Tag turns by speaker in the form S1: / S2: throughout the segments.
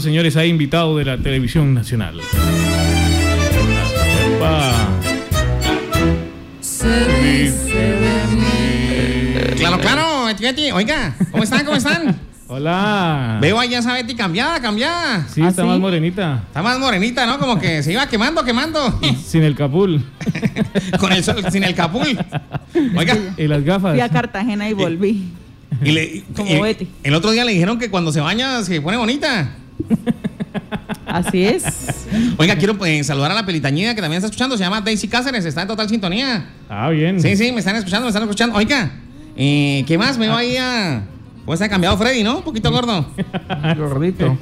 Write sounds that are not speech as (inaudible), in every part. S1: Señores, hay invitado de la televisión nacional. Epa.
S2: Claro, claro, Betty, Betty. Oiga, ¿cómo están? ¿Cómo están?
S1: Hola.
S2: Veo allá esa Betty cambiada, cambiada.
S1: ¿Ah, Sí, está más morenita.
S2: Está más morenita, ¿no? Como que se iba quemando, quemando. (laughs)
S1: Sin el capul
S2: Con el sol, sin el capul. Oiga,
S1: y las gafas.
S3: Fui a Cartagena y volví.
S2: y le-
S3: Como
S2: y-
S3: Betty.
S2: el otro día le dijeron que cuando se baña se pone bonita.
S3: Así es.
S2: Oiga, quiero pues, saludar a la pelitañida que también está escuchando. Se llama Daisy Cáceres, está en total sintonía.
S1: Ah, bien. (laughs)
S2: Sí, sí, me están escuchando, me están escuchando. Oiga, eh, ¿qué más? Me voy a... Pues se ha cambiado Freddy, ¿no? Un poquito gordo.
S4: Gordito.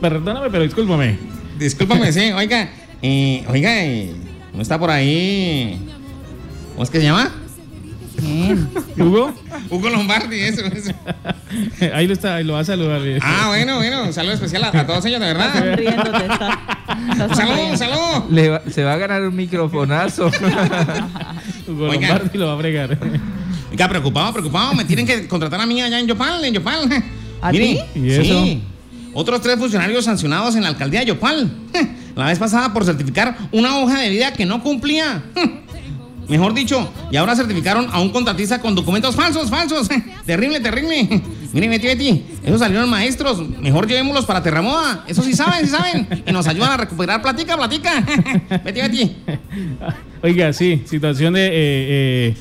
S1: Perdóname, pero discúlpame.
S2: Discúlpame, sí, oiga, eh, oiga, eh, no está por ahí. ¿Cómo es que se llama?
S3: Bien.
S1: Hugo,
S2: (laughs) Hugo Lombardi, eso, eso.
S1: ahí lo está, ahí lo va a saludar. eh.
S2: Ah, bueno, bueno, un saludo especial a, a todos ellos, de verdad.
S3: Sonriéndote, está- está
S2: Un saludo, un
S3: sonriendo.
S2: saludo.
S4: Le va- se va a ganar un
S1: (laughs)
S4: microfonazo.
S1: Hugo
S2: Oiga.
S1: Lombardi lo va a fregar.
S2: Oiga, preocupado, preocupado, me tienen que contratar a mí allá en Yopal, en Yopal.
S3: ¿A
S1: ti? ¿Y eso?
S2: Sí. Otros tres funcionarios sancionados en la alcaldía de Yopal. La vez pasada por certificar una hoja de vida que no cumplía. Mejor dicho, y ahora certificaron a un contratista con documentos falsos, falsos. Terrible, terrible. Miren, Betty, Betty, esos salieron maestros. Mejor llevémoslos para Terramoda. Eso sí saben, sí saben. Y nos ayudan a recuperar platica, platica. Betty, Betty.
S1: (laughs) Oiga, sí, situación de eh, eh,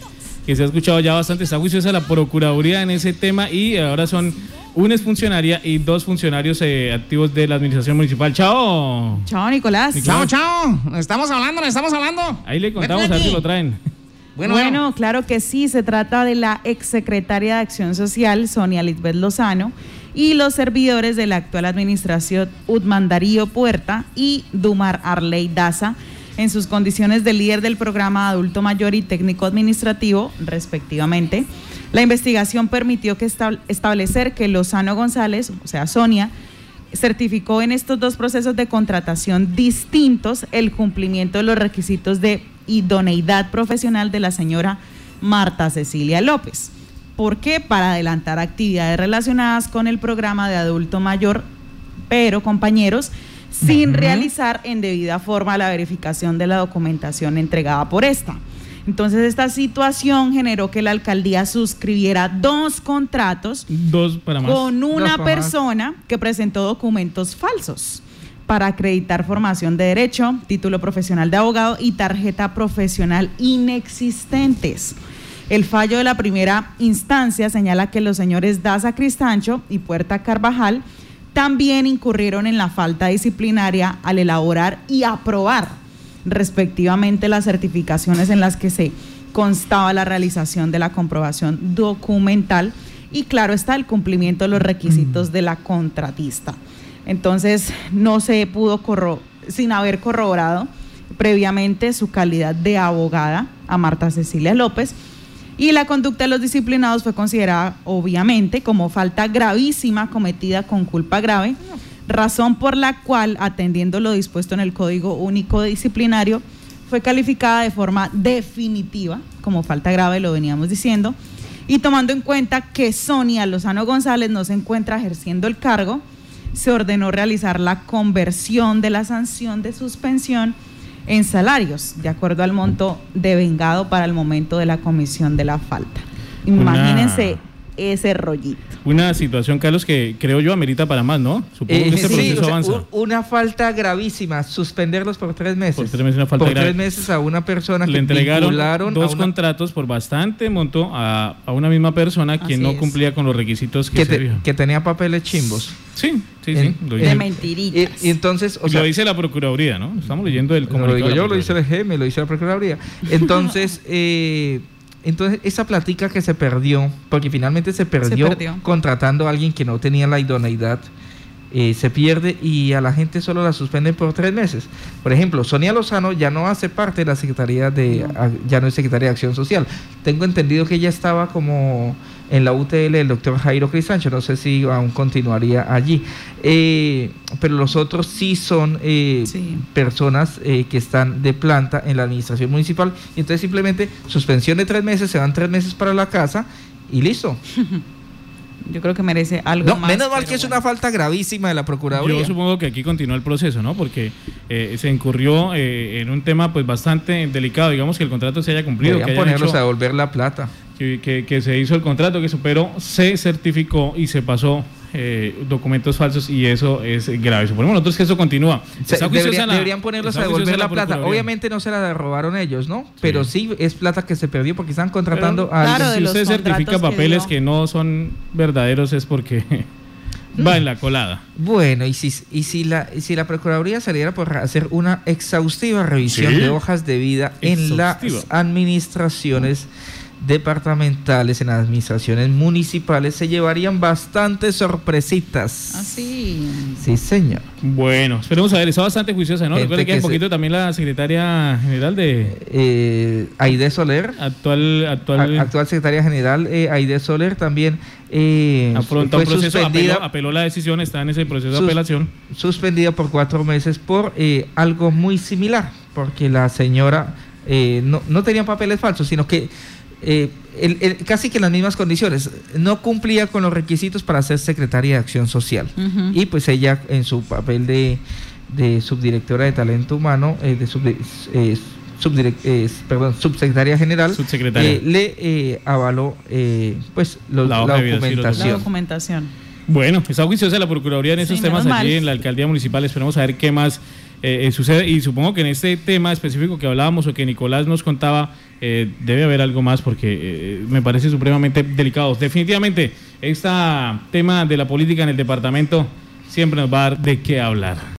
S1: que se ha escuchado ya bastante, está juiciosa la Procuraduría en ese tema y ahora son una exfuncionaria y dos funcionarios eh, activos de la Administración Municipal. ¡Chao!
S3: Chao, Nicolás.
S2: Chao, chao. Nos estamos hablando, nos estamos hablando.
S1: Ahí le contamos a
S2: Betty,
S1: ver si
S2: Betty.
S1: lo traen. (laughs)
S2: Bueno,
S3: bueno,
S2: bueno.
S3: claro que sí, se trata de la exsecretaria de Acción Social, Sonia Lisbeth Lozano, y los servidores de la actual administración, Utman Darío Puerta y Dumar Arley Daza, en sus condiciones de líder del programa adulto mayor y técnico administrativo, respectivamente. La investigación permitió que estab- establecer que Lozano González, o sea, Sonia, certificó en estos dos procesos de contratación distintos el cumplimiento de los requisitos de idoneidad profesional de la señora Marta Cecilia López. ¿Por qué? Para adelantar actividades relacionadas con el programa de adulto mayor, pero compañeros, sin realizar en debida forma la verificación de la documentación entregada por esta. Entonces, esta situación generó que la alcaldía suscribiera dos contratos
S1: Dos para más.
S3: con una
S4: Dos formas.
S3: persona que presentó documentos falsos para acreditar formación de derecho, título profesional de abogado y tarjeta profesional inexistentes. El fallo de la primera instancia señala que los señores Daza Cristancho y Puerta Carvajal también incurrieron en la falta disciplinaria al elaborar y aprobar respectivamente las certificaciones en las que se constaba la realización de la comprobación documental y claro está el cumplimiento de los requisitos de la contratista. Entonces no se pudo corro sin haber corroborado previamente su calidad de abogada a Marta Cecilia López y la conducta de los disciplinados fue considerada obviamente como falta gravísima cometida con culpa grave, razón por la cual, atendiendo lo dispuesto en el Código Único Disciplinario, fue calificada de forma definitiva como falta grave, lo veníamos diciendo, y tomando en cuenta que Sonia Lozano González no se encuentra ejerciendo el cargo, se ordenó realizar la conversión de la sanción de suspensión en salarios, de acuerdo al monto devengado para el momento de la comisión de la falta. Imagínense ese rollito.
S1: Una situación, Carlos, que creo yo amerita para más, ¿no? Supongo
S4: Eh,
S1: que este
S4: sí,
S1: proceso
S4: o sea,
S1: avanza.
S4: un- una falta gravísima, suspenderlos por tres meses.
S1: Por tres meses, una falta
S4: Por
S1: grave.
S4: tres meses a una persona
S1: Le
S4: que
S1: entregaron
S4: vincularon
S1: dos
S4: a una-
S1: contratos por bastante monto a, a una misma persona que
S3: Así
S1: no
S3: es.
S1: cumplía con los requisitos que,
S4: que,
S1: se
S4: te-
S1: dijo.
S4: que tenía papeles chimbos.
S1: Sí, sí, sí.
S4: En-
S1: Lo,
S4: en-
S1: dice,
S3: De
S4: Y,
S3: mentiritas.
S4: y entonces, o sea,
S1: lo dice la Procuraduría, ¿no? Estamos leyendo el
S4: lo
S1: comunicado.
S4: digo
S1: de la
S4: yo, lo hice
S1: Procuraduría.
S4: el GM, lo hice la Procuraduría. Entonces, eh, entonces esa plática que se perdió, porque finalmente se perdió,
S3: perdió.
S4: contratando a alguien que no tenía la idoneidad, eh, se pierde y a la gente solo la suspenden por tres meses. Por ejemplo, Sonia Lozano ya no hace parte de la Secretaría de, a- ya no es Secretaría de Acción Social. Tengo entendido que ella estaba como en la UTL el doctor Jairo Cristancho, no sé si aún continuaría allí. Eh, pero los otros sí son eh,
S3: Sí.
S4: personas eh, que están de planta en la administración municipal. Y entonces simplemente suspensión de tres meses, se van tres meses para la casa y listo.
S3: Yo creo que merece (laughs) algo
S4: No,
S3: más.
S4: menos mal
S3: pero
S4: que es
S3: bueno.
S4: una falta gravísima de la Procuraduría.
S1: Yo supongo que aquí continúa el proceso, ¿no? Porque eh, se incurrió eh, en un tema pues bastante delicado. Digamos que el contrato se haya cumplido.
S4: Deberían
S1: que hayan
S4: ponerlos
S1: hecho-
S4: a devolver la plata.
S1: que, que- que se hizo el contrato, que superó, se certificó y se pasó eh, documentos falsos y eso es grave. Suponemos nosotros que eso continúa.
S4: Se-
S1: Está juiciosa
S4: deberían,
S1: la-
S4: deberían ponerlos a
S1: está
S4: devolver
S1: juiciosa
S4: la plata.
S1: Procuraduría.
S4: Obviamente no se la robaron ellos, ¿no? Pero sí es plata que se perdió porque están contratando
S1: Pero,
S4: a alguien.
S3: Claro, de
S1: si
S3: los
S1: usted certifica
S3: contratos que
S1: papeles
S3: dio.
S1: que no son verdaderos es porque (laughs) va en la colada.
S4: Bueno, y si, y si la y si la Procuraduría saliera por hacer una exhaustiva revisión
S1: ¿Sí?
S4: de hojas de vida en las
S1: Exhaustiva.
S4: administraciones departamentales, en las administraciones municipales, se llevarían bastantes sorpresitas.
S3: Ah, sí.
S4: Sí, señor.
S1: Bueno, esperemos a ver, está bastante juiciosa, ¿no?
S4: Gente
S1: Recuerda que
S4: que
S1: hace
S4: se-
S1: poquito también la secretaria general de
S4: Eh, Aide Soler,
S1: actual actual
S4: a- actual secretaria general, eh, Aide Soler también eh,
S1: afronta un
S4: fue
S1: proceso,
S4: suspendida,
S1: apeló, apeló la decisión, está en ese proceso de
S4: Sus-
S1: apelación.
S4: suspendida por cuatro meses por eh, algo muy similar, porque la señora eh, no, no tenía papeles falsos, sino que eh, el- el- casi que en las mismas condiciones, no cumplía con los requisitos para ser secretaria de Acción Social.
S3: Ujú.
S4: Y pues ella en su papel de, de subdirectora de talento humano, eh, de subdi- eh, subdirec- eh, perdón, subsecretaria general,
S1: Subsecretaria.
S4: eh, le eh, avaló eh, pues los-
S1: La
S4: la,
S1: hoja de vida, sí, los
S3: La
S4: documentación.
S3: documentación.
S1: Bueno, está juiciosa la Procuraduría en
S3: Sí,
S1: esos
S3: menos
S1: temas allí
S3: mal.
S1: en la alcaldía municipal. Esperemos a ver qué más eh, eh, sucede. Y supongo que en este tema específico que hablábamos o que Nicolás nos contaba, eh, debe haber algo más porque eh, me parece supremamente delicado. Definitivamente, este tema de la política en el departamento siempre nos va a dar de qué hablar.